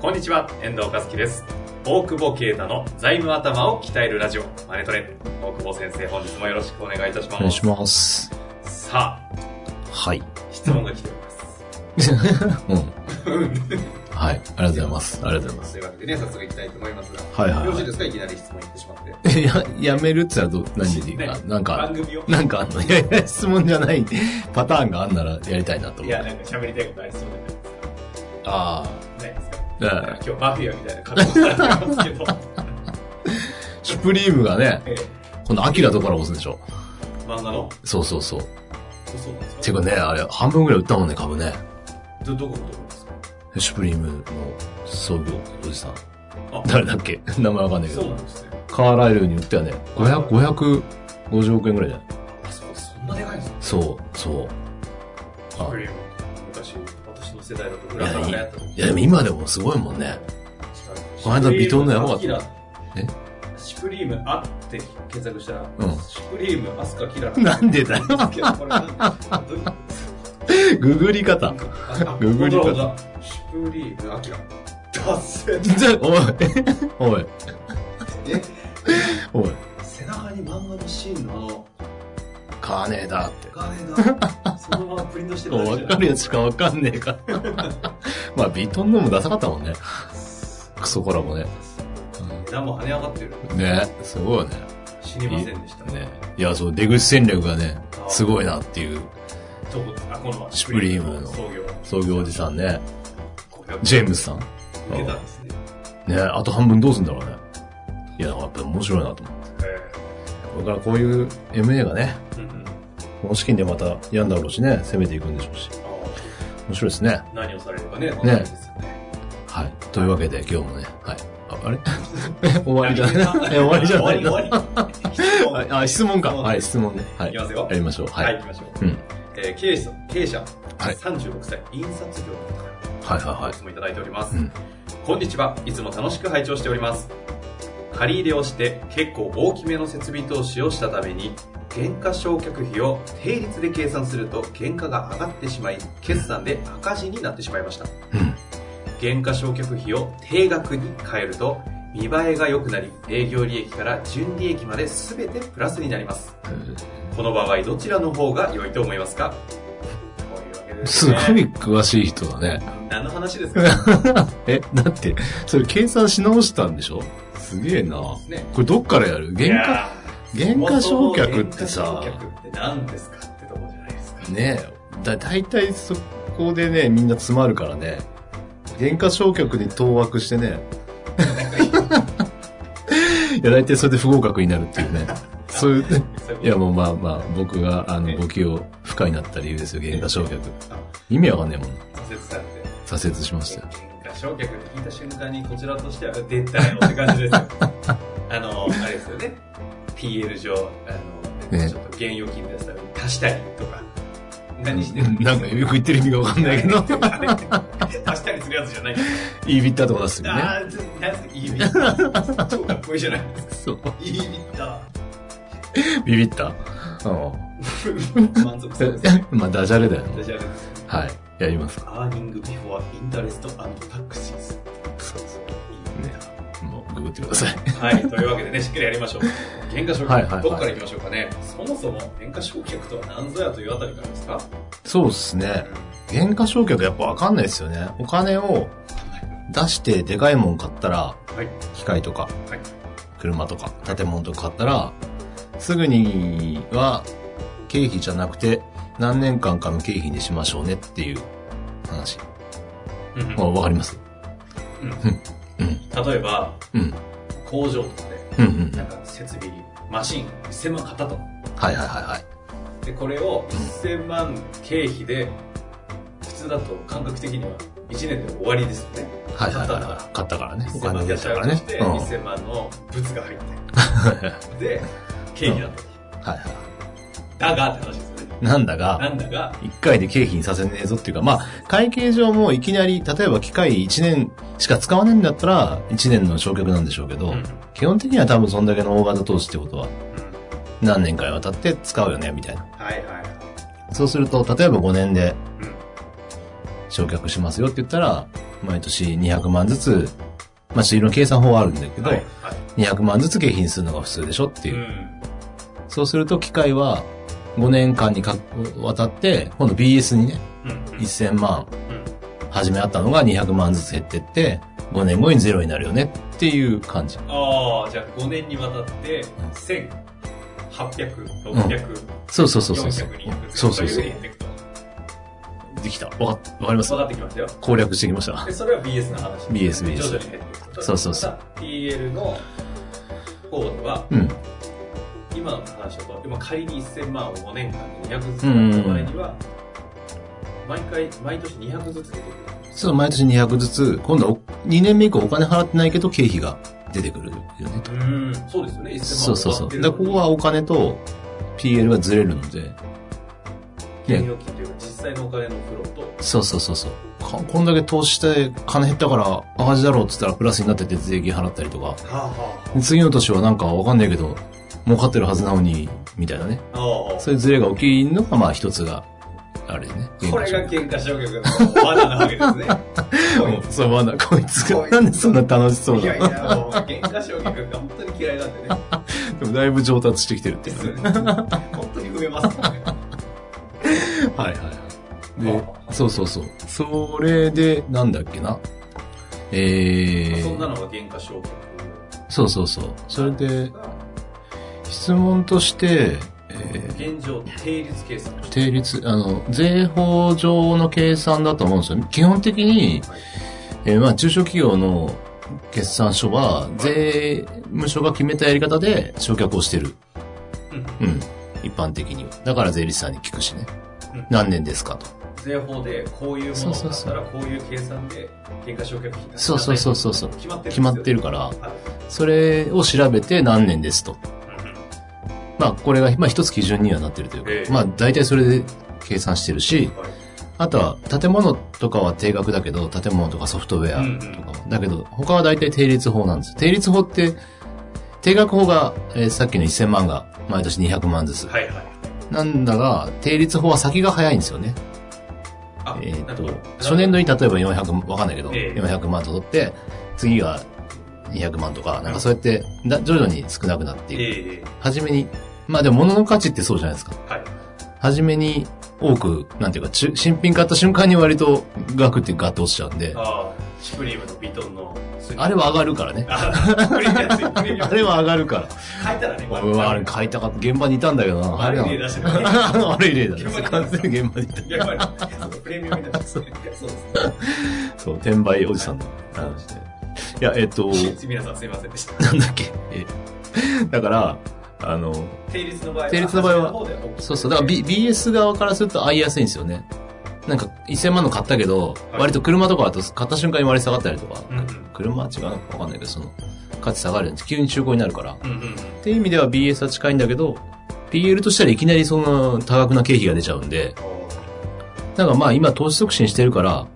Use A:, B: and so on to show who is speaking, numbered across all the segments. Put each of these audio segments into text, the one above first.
A: こんにちは、遠藤和樹です。大久保啓太の財務頭を鍛えるラジオ、マネトレ。大久保先生、本日もよろしくお願いいたし
B: お
A: ま
B: 願い
A: す。
B: します。
A: さあ、
B: はい。
A: 質問が来ております。
B: うん。はい。ありがとうございます。ありがとうござい
A: というわけでね、早速いきたいと思いますが、
B: はいはいはい
A: よろしいですかいきなり質問言ってしまって。
B: ます。や、やめるって言ったらど、何でいいか。 なんか
A: 番、組を。
B: なんかあんの、い やいや、質問じゃないパターンがあんならやりたいなと
A: い
B: 思
A: や、
B: って。
A: なんか喋りたいことありそう
B: あ
A: じゃないですか。
B: あ。
A: な
B: ね
A: んか今日マフィアみたいな格好されてますけ ど、
B: シュプリームがね、
A: え
B: このアキラとコラボするんでしょ。
A: え漫画の
B: そうそうそう。
A: そうなんですか
B: てかね、あれ、半分ぐらい売ったもんね、株ね。
A: ど、どこのところですか
B: シュプリームの総合おじさん。
A: あ
B: 誰だっけ 名前わかんないけ
A: そうな
B: ど
A: ん。ですね。
B: カーライルに売ったよね。500、550億円ぐらいじゃない
A: あ、そう、そんなでかいんですか
B: そう、そう。あ
A: これ昔、私の世代だとグラタンがやった時。
B: いや、でも今でもすごいもんね。この間ビトンのやばかったえ
A: シュプリームあって検索したら、
B: うん
A: シュプリームアスカキララ。
B: なんでだよ。
A: けどこれなんかどういう
B: ググり方。
A: あ
B: ググり方
A: 本当だシュプリームアキラ。達 成。
B: じゃ、おい。おい。
A: え
B: おい。
A: 背中に漫画のシーンの
B: カーネーだって
A: お。金がそのままプリントしてるだけ
B: わ
A: じゃ
B: か
A: な
B: る
A: い
B: やつしかわかんねえから。 まあ、ビトンのもダサかったもんね。クソコラボね。
A: 値段も跳ね上がってる。
B: ね、すごいよね。
A: 知りませんでした。
B: ね。いや、そう、出口戦略がね、すごいなっていう、
A: どこあ、この
B: シュプリームの
A: 創業。
B: 創業おじさんね。
A: 500
B: ジェームスさん。
A: 受けたんですね。
B: ね、あと半分どうすんだろうね。いや、やっぱ面白いなと思って。
A: え
B: これからこういう MA がね、
A: ーうんうん
B: この資金でまたやんだろうしね、攻めていくんでしょうし。
A: あ
B: 面白いですね。
A: ー何をされるかね、わかんないですよね。
B: はい。というわけで、今日もね、はい。あ あれ終わりじゃない え終わりじゃないの
A: 終わり終わり
B: あ、質問か。
A: 質問
B: はい、質問ね。はいい。
A: き
B: や
A: ますよ。
B: りましょう。は。
A: はいい、行きましょう。
B: うん。
A: えー経営者、経営者、
B: はい
A: 36歳、印刷業の方
B: はい
A: から
B: は
A: ご質問いただいております、
B: うん
A: こんにちは。いつも楽しく拝聴しております。借り入れをして結構大きめの設備投資をしたために、原価償却費を定率で計算すると原価が上がってしまい、決算で赤字になってしまいました。
B: いはい。
A: 原価償却費を定額に変えると見栄えが良くなり営業利益から純利益まで全てプラスになります
B: うん。
A: この場合どちらの方が良いと思いますかこういうわけです
B: すご
A: ね
B: い詳しい人だね。
A: 何の話ですか
B: え、だって、それ計算し直したんでしょすげえな。こ
A: ね
B: れどっからやる
A: い
B: 原価
A: やー
B: 原価償却って
A: そも
B: さ
A: そも、原価償却って何ですかってとこじゃないですか
B: ねえ、だ、大体そこでね、みんな詰まるからね、原価償却に当惑してね、 いや、大体それで不合格になるっていうね。そういう、
A: そういうこと
B: いや、もうまあまあ、僕が、あ
A: え
B: の、ご起用不可になった理由ですよ、原価償却
A: あ。
B: 意味わかんねえもん。
A: 挫折されて
B: 挫折しましたよ。
A: 原価償却って聞いた瞬間にこちらとしては出たよって感じ ですよあのあれですよね PL 上あの、
B: ね
A: ちょっと現預金出すために足したりとか何してる
B: なんか、よく言ってる意味がわかんない けど、
A: 足したりするやつじゃない
B: いいビッターとか出すよね。
A: ああーなんすかいいビッタ超かっこいいじゃないですか
B: そう。
A: いいビッタ
B: ビビった。うん。
A: 満足するん ですね
B: まあ、ダジャレだよね。
A: 私あれです
B: はい。やりますか。
A: アーニングビフォアインタレストアンドタックシーズ
B: そうそ
A: いいビッタ
B: う。もう、ググってください。
A: はい、というわけでね、しっかりやりましょう。原価償却、
B: はいはいはい
A: どこからいきましょうかね。そもそも原価償却とは何ぞやというあたりからですか
B: そうですね。原価償却やっぱわかんないですよね。お金を出してでかいもん買ったら、
A: はい。
B: 機械とか、
A: はい
B: 車とか、建物とか買ったら、すぐには経費じゃなくて、何年間かの経費にしましょうねっていう話。
A: うんうん
B: まあわかります
A: 例えば、
B: うん。
A: 工場とかで、
B: うんうん。
A: なんか設備、マシン、1000万買ったと。
B: はいはいはいはい。
A: でこれを1000万経費で普通だと感覚的には1年で終わりですよね
B: はいはいはい
A: 買ったんだか
B: は
A: ら
B: い。買ったからね。お
A: 1000
B: 金
A: 万
B: を
A: キャ
B: 出
A: ッ
B: し
A: シ
B: た
A: ュアウトし。て1000万の物が
B: からねうん。はい
A: 入って で経費だった
B: は
A: だがって話ですよね
B: い。なんだ
A: な
B: が、
A: んだが
B: 一回で経費にさせねえぞっていうか、まあ、会計上もいきなり、例えば機械1年しか使わないんだったら、1年の償却なんでしょうけ
A: う
B: ど、
A: ん
B: 基本的には多分そんだけの大型投資ってことは、
A: うん
B: 何年かにわたって使うよね、みたいな。
A: はいはいはい
B: そうすると、例えば5年で
A: うん
B: 償却しますよって言ったら、毎年200万ずつ、まあ、いろいろ計算法はあるんだけど、
A: はいはい
B: 200万ずつ景品するのが普通でしょっていうう。
A: ん
B: そうすると、機械は5年間にかわたって、今度 BS にね、
A: うんうん
B: 1000万、
A: うん
B: 初めあったのが200万ずつ減ってって、5年後にゼロになるよねっていう感じ。
A: ああじゃあ5年にわたって1800600
B: そうそうそうそう。
A: 400
B: そうそう
A: と
B: そ
A: いう減っ
B: う。
A: ていくと
B: できた。わかっわかります
A: 分かってきましたよ
B: 攻略してきました
A: で。それは BS の話
B: BS
A: 徐々に減っていくと
B: そうそうそう
A: また PL の方では
B: うん。
A: 今の話だと今仮に1000万を5年間で200ずつ
B: うん
A: 買った場合には毎回毎年200ずつ出てくる
B: そう、毎年200ずつ、今度2年目以降お金払ってないけど経費が出てくるよねと。
A: うんそうですよね1000万
B: そうそうそう。だ
A: で
B: からここはお金と PL がずれるので、
A: 金融金というか実際のお金のフローと
B: そうそうそうそう。かこんだけ投資して金減ったから赤字だろうって言ったらプラスになってて税金払ったりとか、
A: はあは
B: で次の年はなんかわかんないけど、儲かってるはずなのに、みたいなね。
A: あはあ
B: そういうズレが起きるのが、まあ一つが、あれね。
A: これが喧嘩消却の罠なわけですね
B: うんそう、まだ、こいつ
A: こ
B: が、
A: いつ
B: なんでそんな楽しそう
A: いや
B: ないの
A: やもう喧嘩消却が本当に嫌いなんでね
B: でもだいぶ上達してきてるって
A: で
B: いう
A: すよ
B: ね。
A: ね本当に増えますからね
B: はいはいはい。
A: は
B: で
A: あは、あ
B: そうそうそう。それで、なんだっけな。え
A: そんな
B: ー、
A: のが原価償却
B: そうそうそう。それで、
A: が
B: 質問として、えー
A: 現状定率計算
B: 定率、あの、税法上の計算だと思うんですよ。基本的に、
A: はい
B: えーまあ、中小企業の決算書は、税務署が決めたやり方で償却をしてる。
A: うん
B: うん。一般的には。だから税理士さんに聞くしね
A: うん。
B: 何年ですかと。
A: 税法でこういうものを買
B: そうそう
A: っ
B: そ
A: た
B: う
A: らこういう計算で原価償却費出し
B: そ
A: な
B: う
A: さ
B: そ
A: いう
B: そうそうそう。
A: 決まってる
B: 決まって
A: る
B: るから、それを調べて何年ですと。まあ、これが、まあ、一つ基準にはなってるというか、
A: ええ
B: まあ、大体それで計算してるし、あとは、建物とかは定額だけど、建物とかソフトウェアとかは、だけど、他は大体定率法なんです。定率法って、定額法が、えーさっきの1000万が、毎年200万ずつ。
A: はいはい
B: なんだが、定率法は先が早いんですよね。
A: あ
B: えーっ、
A: な
B: と
A: るほ、ど
B: 初年度に例えば400、わかんないけど、
A: ええ
B: 400万と取って、次が200万とか、なんかそうやって、だ徐々に少なくなっていく。
A: ええ
B: はじめに、まあでも物の価値ってそうじゃないですか。
A: はい
B: はじめに多く、なんていうか、中新品買った瞬間に割と額ってガッと落ちちゃうんで、あ
A: ああシュプリームのビトンの
B: れは上がるからね。
A: あプレミアムプレミア
B: あ
A: ム
B: れは上がるから。
A: 変えたらね
B: うわ、あれ買いたかった。現場にいたんだけどな。
A: あれ
B: な
A: 入れ
B: の
A: 出してるね
B: 悪い例だ。
A: 現場にいた
B: 完全に現場にいた。
A: やばいそうプレミアムになっちゃってそうですね
B: そう、転売おじさんの話で。いや、えっと、
A: 皆さんすいませんでした
B: なんだっけ。えだから、あの、
A: 定率の場合は
B: 定率の場合は
A: 初めの方で
B: そうそう。だから、B、BS 側からすると合いやすいんですよね。なんか、1000万の買ったけど、
A: はい
B: 割と車とかだと買った瞬間に割り下がったりとか、
A: うんうん
B: 車は違うのかわかんないけど、その、価値下がるんです。急に中古になるから。っ
A: うんうんうん
B: ていう意味では BS は近いんだけど、PL としたらいきなりその多額な経費が出ちゃうんで、なんかまあ今投資促進してるから、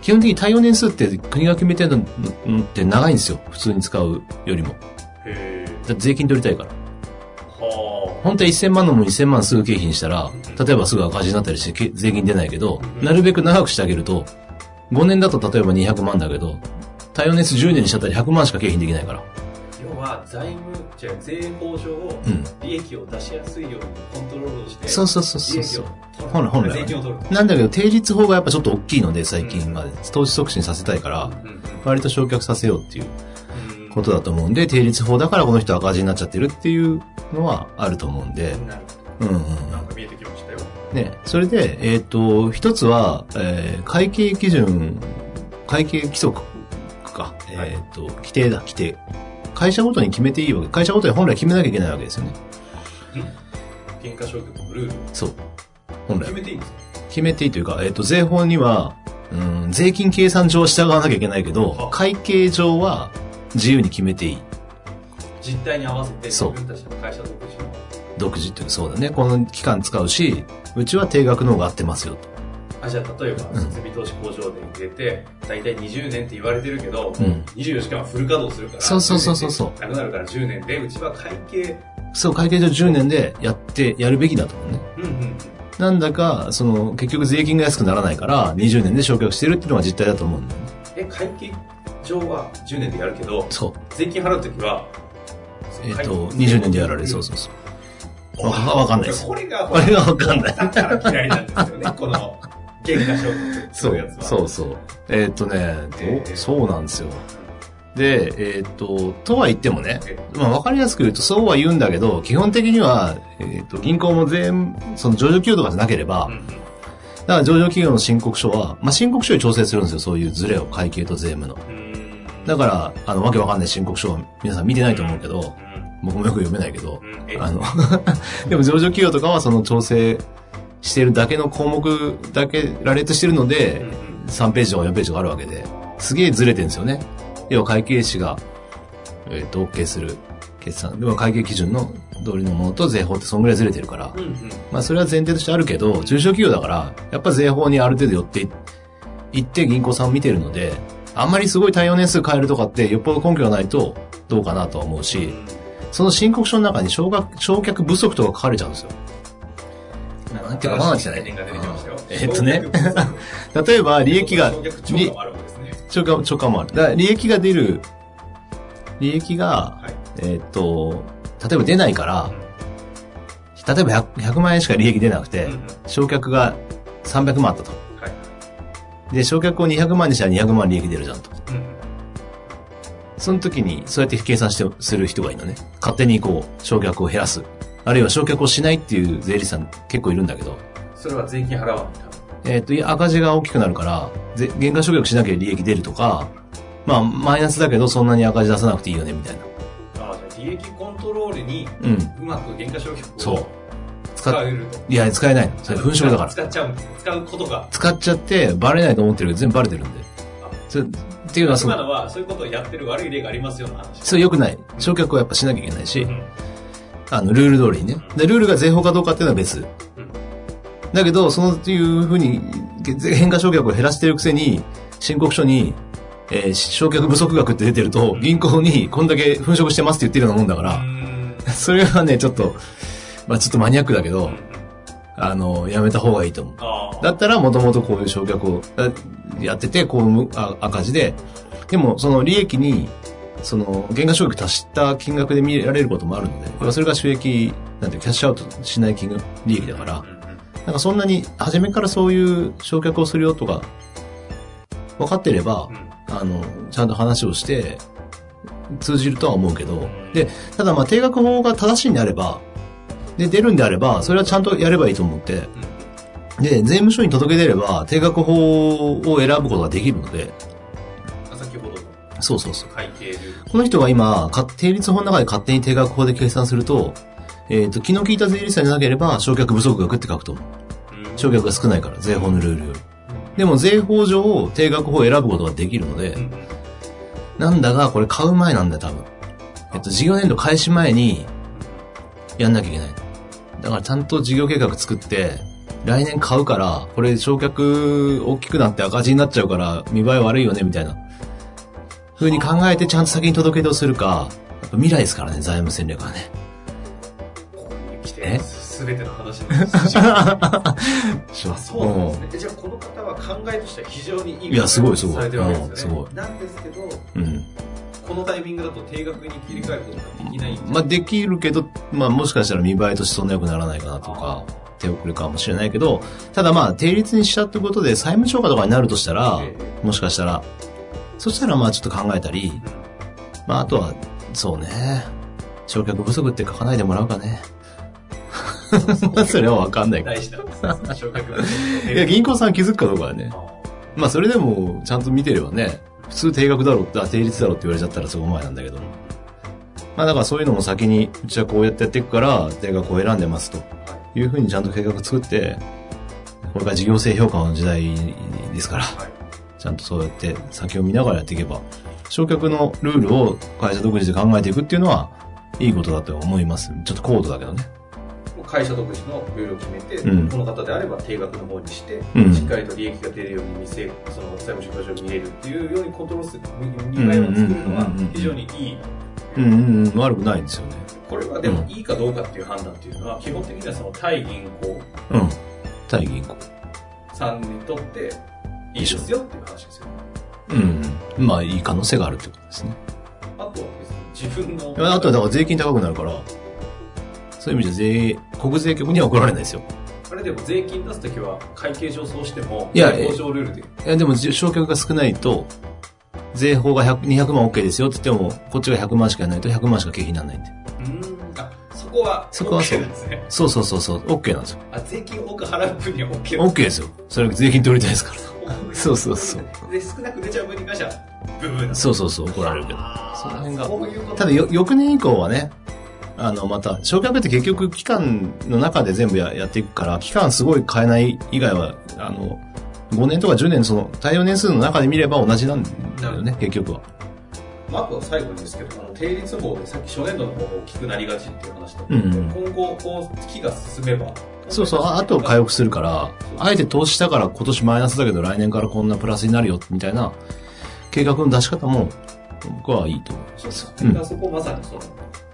B: 基本的に対応年数って国が決めてるののって長いんですよ。普通に使うよりも。
A: へえ
B: だって税金取りたいから。
A: は
B: 本当は1000万のも1000万すぐ経費にしたら、例えばすぐ赤字になったりしてけ税金出ないけど、なるべく長くしてあげると、5年だと例えば200万だけど、対応年数10年にしちゃったら100万しか経費にできないから。
A: あ要は財務じゃあ税法上を
B: うん。
A: 利益を出しやすいようにコントロールをして
B: そうそうそうそう
A: 利益
B: そ
A: を
B: う。
A: 取る
B: 本来本来はね
A: 税金を取る
B: なんだけど、定率法がやっぱちょっと大きいので、最近まで、投資促進させたいから、
A: うんうん
B: 割と償却させようっていう
A: うん
B: ことだと思うんで、定率法だからこの人赤字になっちゃってるっていうのはあると思うんで、
A: なる
B: うんうんうん。
A: ほどなんか見えてきましたよ
B: ね、それで、えっ、と、一つは、えー会計基準、会計規則か、
A: はい
B: えっ、と、規定だ、規定。会社ごとに決めていいわけ。会社ごとに本来決めなきゃいけないわけですよね。
A: 減価償却のルール
B: そう。本来
A: 決
B: は
A: めていいんですか
B: 決めていいというか、えっ、と、税法には、うん、税金計算上従わなきゃいけないけど
A: あ、
B: 会計上は自由に決めていい。
A: 実態に合わせて自
B: そう
A: 分たちの会社独自の
B: 独自っていうかそうだね。この期間使うし、うちは定額の方が合ってますよと。
A: あじゃあ例えば設備投資工場で入れて大体20年って言われてるけど、
B: うん。
A: 24時間はフル稼働するから
B: そうそうそうそうそう
A: 10年でなくなるから10年でうちは会計
B: そう、会計上10年でやって、やるべきだと思うね。
A: うんうん
B: なんだか、その、結局税金が安くならないから、20年で償却してるっていうのが実態だと思うんだよね。
A: え会計上は10年でやるけど
B: そう。
A: 税金払うときは
B: えっ、
A: 会計
B: と、20年でやられる。そうそうそう。わわかんないです。
A: これが
B: これがわかん ない。
A: だから嫌いなんですよねこの減価償却す
B: そ
A: るや
B: う
A: つ、は
B: そうそう。えーっ、とね、
A: え
B: ど
A: ー
B: うそうなんですよ。で、えーっ、と、とは言ってもね、まあわかりやすく言うとそうは言うんだけど、基本的には、えーっ、と、銀行も全、その上場企業とかじゃなければ
A: うん、うん
B: だから上場企業の申告書は、まあ申告書に調整するんですよ、そういうズレを会計と税務の。
A: うーん
B: だから、あの、わけわかんない申告書は皆さん見てないと思うけど、僕もよく読めないけど
A: う、んうんえ
B: あの、 でも上場企業とかはその調整してるだけの項目だけ羅列してるので、
A: うんうん
B: 3ページとか4ページがあるわけで、すげえずれてるんですよね。要は会計士が、えっ、と、OK する決算。でも会計基準の通りのものと税法ってそんぐらいずれてるから
A: う、んうん
B: まあそれは前提としてあるけど、中小企業だから、やっぱ税法にある程度寄ってい行って銀行さんを見てるので、あんまりすごい対応年数変えるとかってよっぽど根拠がないとどうかなとは思うし、その申告書の中に償却償却不足とか書かれちゃうんですよ。なんていうかまだじゃない
A: 概念が出てきましたよ
B: えっとね
A: 償却物産
B: 例えば利益が、
A: 償却超過もあるわけですね
B: 超過超過もある。だから利益が出る、利益が、
A: はい
B: えーっと、例えば出ないから、例えば 100, 100万円しか利益出なくて、
A: うんうん
B: 償却が300万あったと。
A: はい
B: で、償却を200万にしたら200万利益出るじゃんと。
A: うんうん
B: その時に、そうやって計算して、する人がいいのね。勝手にこう、償却を減らす。あるいは償却をしないっていう税理士さん結構いるんだけど、
A: それは税金払わない
B: えっ、と、いや赤字が大きくなるから、ぜ減価償却しなきゃ利益出るとか、まあ、マイナスだけどそんなに赤字出さなくていいよね、みたいな。
A: ああじゃあ利益コントロールに
B: うん。
A: うまく減価償却を
B: そう。
A: 使
B: 使っ、
A: えると
B: いや、使えないの。それ粉飾だから。
A: 使っちゃうんです使うことが
B: 使っちゃって、バレないと思ってるけど、全部バレてるんで。それっていうのはそ
A: 今
B: う、
A: のはそういうことをやってる悪い例がありますような話
B: それ良くない。償却はやっぱしなきゃいけないし
A: う、ん
B: あの、ルール通りにね。で、ルールが税法かどうかっていうのは別。
A: うん
B: だけど、その、っていうふうに、げ変化償却を減らしてるくせに、申告書に、えー償却不足額って出てると、銀行にこんだけ粉飾してますって言ってるようなもんだか
A: う
B: ら、
A: ん
B: それはね、ちょっと、まあちょっとマニアックだけど
A: うん、
B: あの、やめた方がいいと思う。
A: ああ
B: だったら、もともとこういう償却をあやってて、こうむあ、赤字で、でも、その利益に、その、減価償却足した金額で見られることもあるので、要はそれが収益、なんていうのキャッシュアウトしない金額、利益だから
A: う、ん
B: なんかそんなに、初めからそういう償却をするよとか、分かってれば
A: う、ん
B: あの、ちゃんと話をして、通じるとは思うけど、で、ただまあ定額法が正しいんであれば、で、出るんであれば、それはちゃんとやればいいと思って、
A: うん
B: で、税務署に届け出れば、定額法を選ぶことができるので、
A: うん先ほどの
B: そうそうそう。
A: 会計ルール
B: この人が今、か定率法の中で勝手に定額法で計算すると、えっ、と、気の利いた税理士さんじゃなければ、償却不足額って書くと思う。
A: うん
B: 償却が少ないから、税法のルールより。でも、税法上、定額法を選ぶことができるので
A: う、んうん
B: なんだが、これ買う前なんだよ、多分。えっと、事業年度開始前に、やんなきゃいけない。だから、ちゃんと事業計画作って、来年買うから、これ、償却大きくなって赤字になっちゃうから、見栄え悪いよね、みたいな。風に考えて、ちゃんと先に届け出をするか、やっぱ未来ですからね、財務戦略はね。
A: ここに来て
B: え
A: すべての話の筋 があそうなんです
B: ね。
A: ねえじゃあこの方は考えとしては非常にいい
B: いやすごいすごい
A: されてるわけですよね
B: うんすごい
A: なんですけど
B: うん。
A: このタイミングだと定額に切り替えることができないんじゃ
B: まあ、できるけど、まあ、もしかしたら見栄えとしてそんな良くならないかなとか、手遅れかもしれないけど、ただまあ、定率にしたってことで、債務超過とかになるとしたら
A: え、
B: もしかしたら、そしたらまあ、ちょっと考えたり、まあ、あとは、そうね、償却不足って書かないでもらうかね。 それはわかんないけど。
A: 大事なんですね その昇格の
B: いや、銀行さん気づくかどうかはね。まあ、それでも、ちゃんと見てればね、普通定額だろ、あ、定率だろって言われちゃったらそこまでなんだけど。まあ、だからそういうのも先に、うちはこうやってやっていくから、定額を選んでますと。
A: は
B: いうふうにちゃんと計画作って、これから事業性評価の時代ですから、
A: はい
B: ちゃんとそうやって先を見ながらやっていけば、焼却のルールを会社独自で考えていくっていうのは、いいことだと思います。ちょっと高度だけどね。
A: もう会社独自のルールを決めて、
B: うん
A: この方であれば定額の方にして、
B: うん
A: しっかりと利益が出るように見せその債務諸表示を見れるっていうようにコントロールする見栄えを作るのは
B: うんうんうんうん
A: 非常にいい、
B: うんうんうん、悪くないんですよね。
A: これはでもいいかどうかっていう判断っていうのは基本的にはその対銀行
B: うん。対銀行。
A: さんにとっていいですよっていう話ですよね
B: うん。まあ、いい可能性があるってことですね。
A: あとは別に自分の
B: あとはだから税金高くなるから、そういう意味じゃ税、国税局には怒られないですよ。
A: あれでも税金出すときは会計上そうしても、
B: いや
A: 税法上ルールで。
B: いや、でも、じ焼却が少ないと、税法が100 200万 OK ですよって言っても、こっちが100万しかないと100万しか経費にならないんで。
A: うん。あ、そこは、
B: そこはそ
A: OK
B: う
A: なんですね。
B: そうそうそうそう、OK なんですよ。
A: あ、税金多く払う分には OK なん
B: OK ですよ。それは税金取りたいですから。
A: です
B: そうそうそう。
A: で、少なく出ちゃう分に関しては、部分なんです
B: そうそうそう、怒られるけど。その辺が
A: そういうこと
B: ただ、よ、翌年以降はね、あの、また、焼却って結局期間の中で全部ややっていくから、期間すごい変えない以外は、あの、5年とか10年、その、対応年数の中で見れば同じなんだよね、結局は。
A: まあ、あとは最後にですけど、あの定率法でさっき初年度の方が大きくなりがちっていう話と、
B: うんうん
A: 今後、こう、月が進めば、
B: そうそう、ああと回復するから、あえて投資したから今年マイナスだけど来年からこんなプラスになるよ、みたいな計画の出し方も、僕はいいと思う。
A: そうそう
B: うん
A: だからそこまさにその、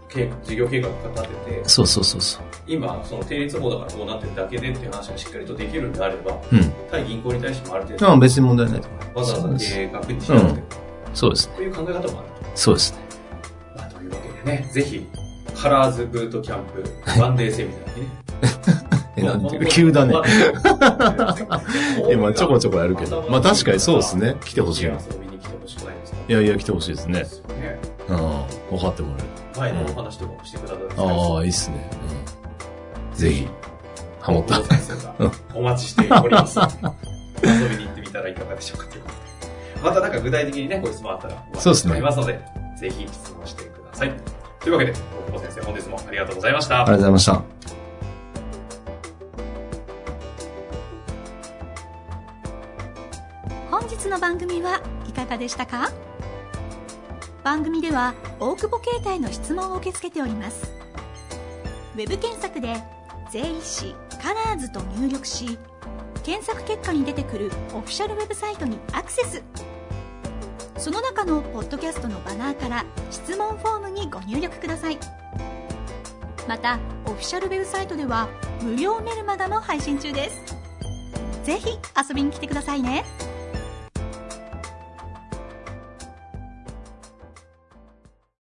A: 計事業計画を立てて、
B: そうそうそうそう。
A: 今、その定率法だからこうなってるだけでっていう話がしっかりとできるんであれば、
B: うん。
A: 対銀行に対してもある程
B: ま
A: 度、
B: あ別に問題ないと思い
A: わ
B: ま
A: ざ
B: す。そ
A: わ
B: うで
A: ざ
B: す。
A: 計画にしなくても、
B: そうですね。
A: という考え方もある
B: そうですね。
A: と。まあ、というわけでね、ぜひ、カラーズブートキャンプ、ワンデーセミナーにね。
B: え、なんていうか、 急だね。今ちょこちょこやるけど。まあ確かにそうですね。来てほしい
A: 遊
B: な。
A: びに来てほしくないですか
B: いやいや、来てほしいです
A: で
B: ね。
A: すよね。
B: うん。分かってもらえる。
A: 前のお話とかもしてくださるんですけど
B: ああ、いいっすね。うん。ぜひ、ハモった
A: 大。久保先生が お待ちしております。遊びに行ってみたらいかがでしょうかということで。またなんか具体的にね、ご質問あったらお
B: そう
A: 待ちし
B: です
A: て
B: ね
A: おりますので、ぜひ質問してください。というわけで、大久保先生、本日もありがとうございました
B: ありがとう。ございました。
C: 本日の番組はいかがでしたか番組では大久保携帯の質問を受け付けておりますウェブ検索で「税理士カラーズと入力し検索結果に出てくるオフィシャルウェブサイトにアクセスその中のポッドキャストのバナーから質問フォームにご入力くださいまたオフィシャルウェブサイトでは無料メルマガも配信中ですぜひ遊びに来てくださいね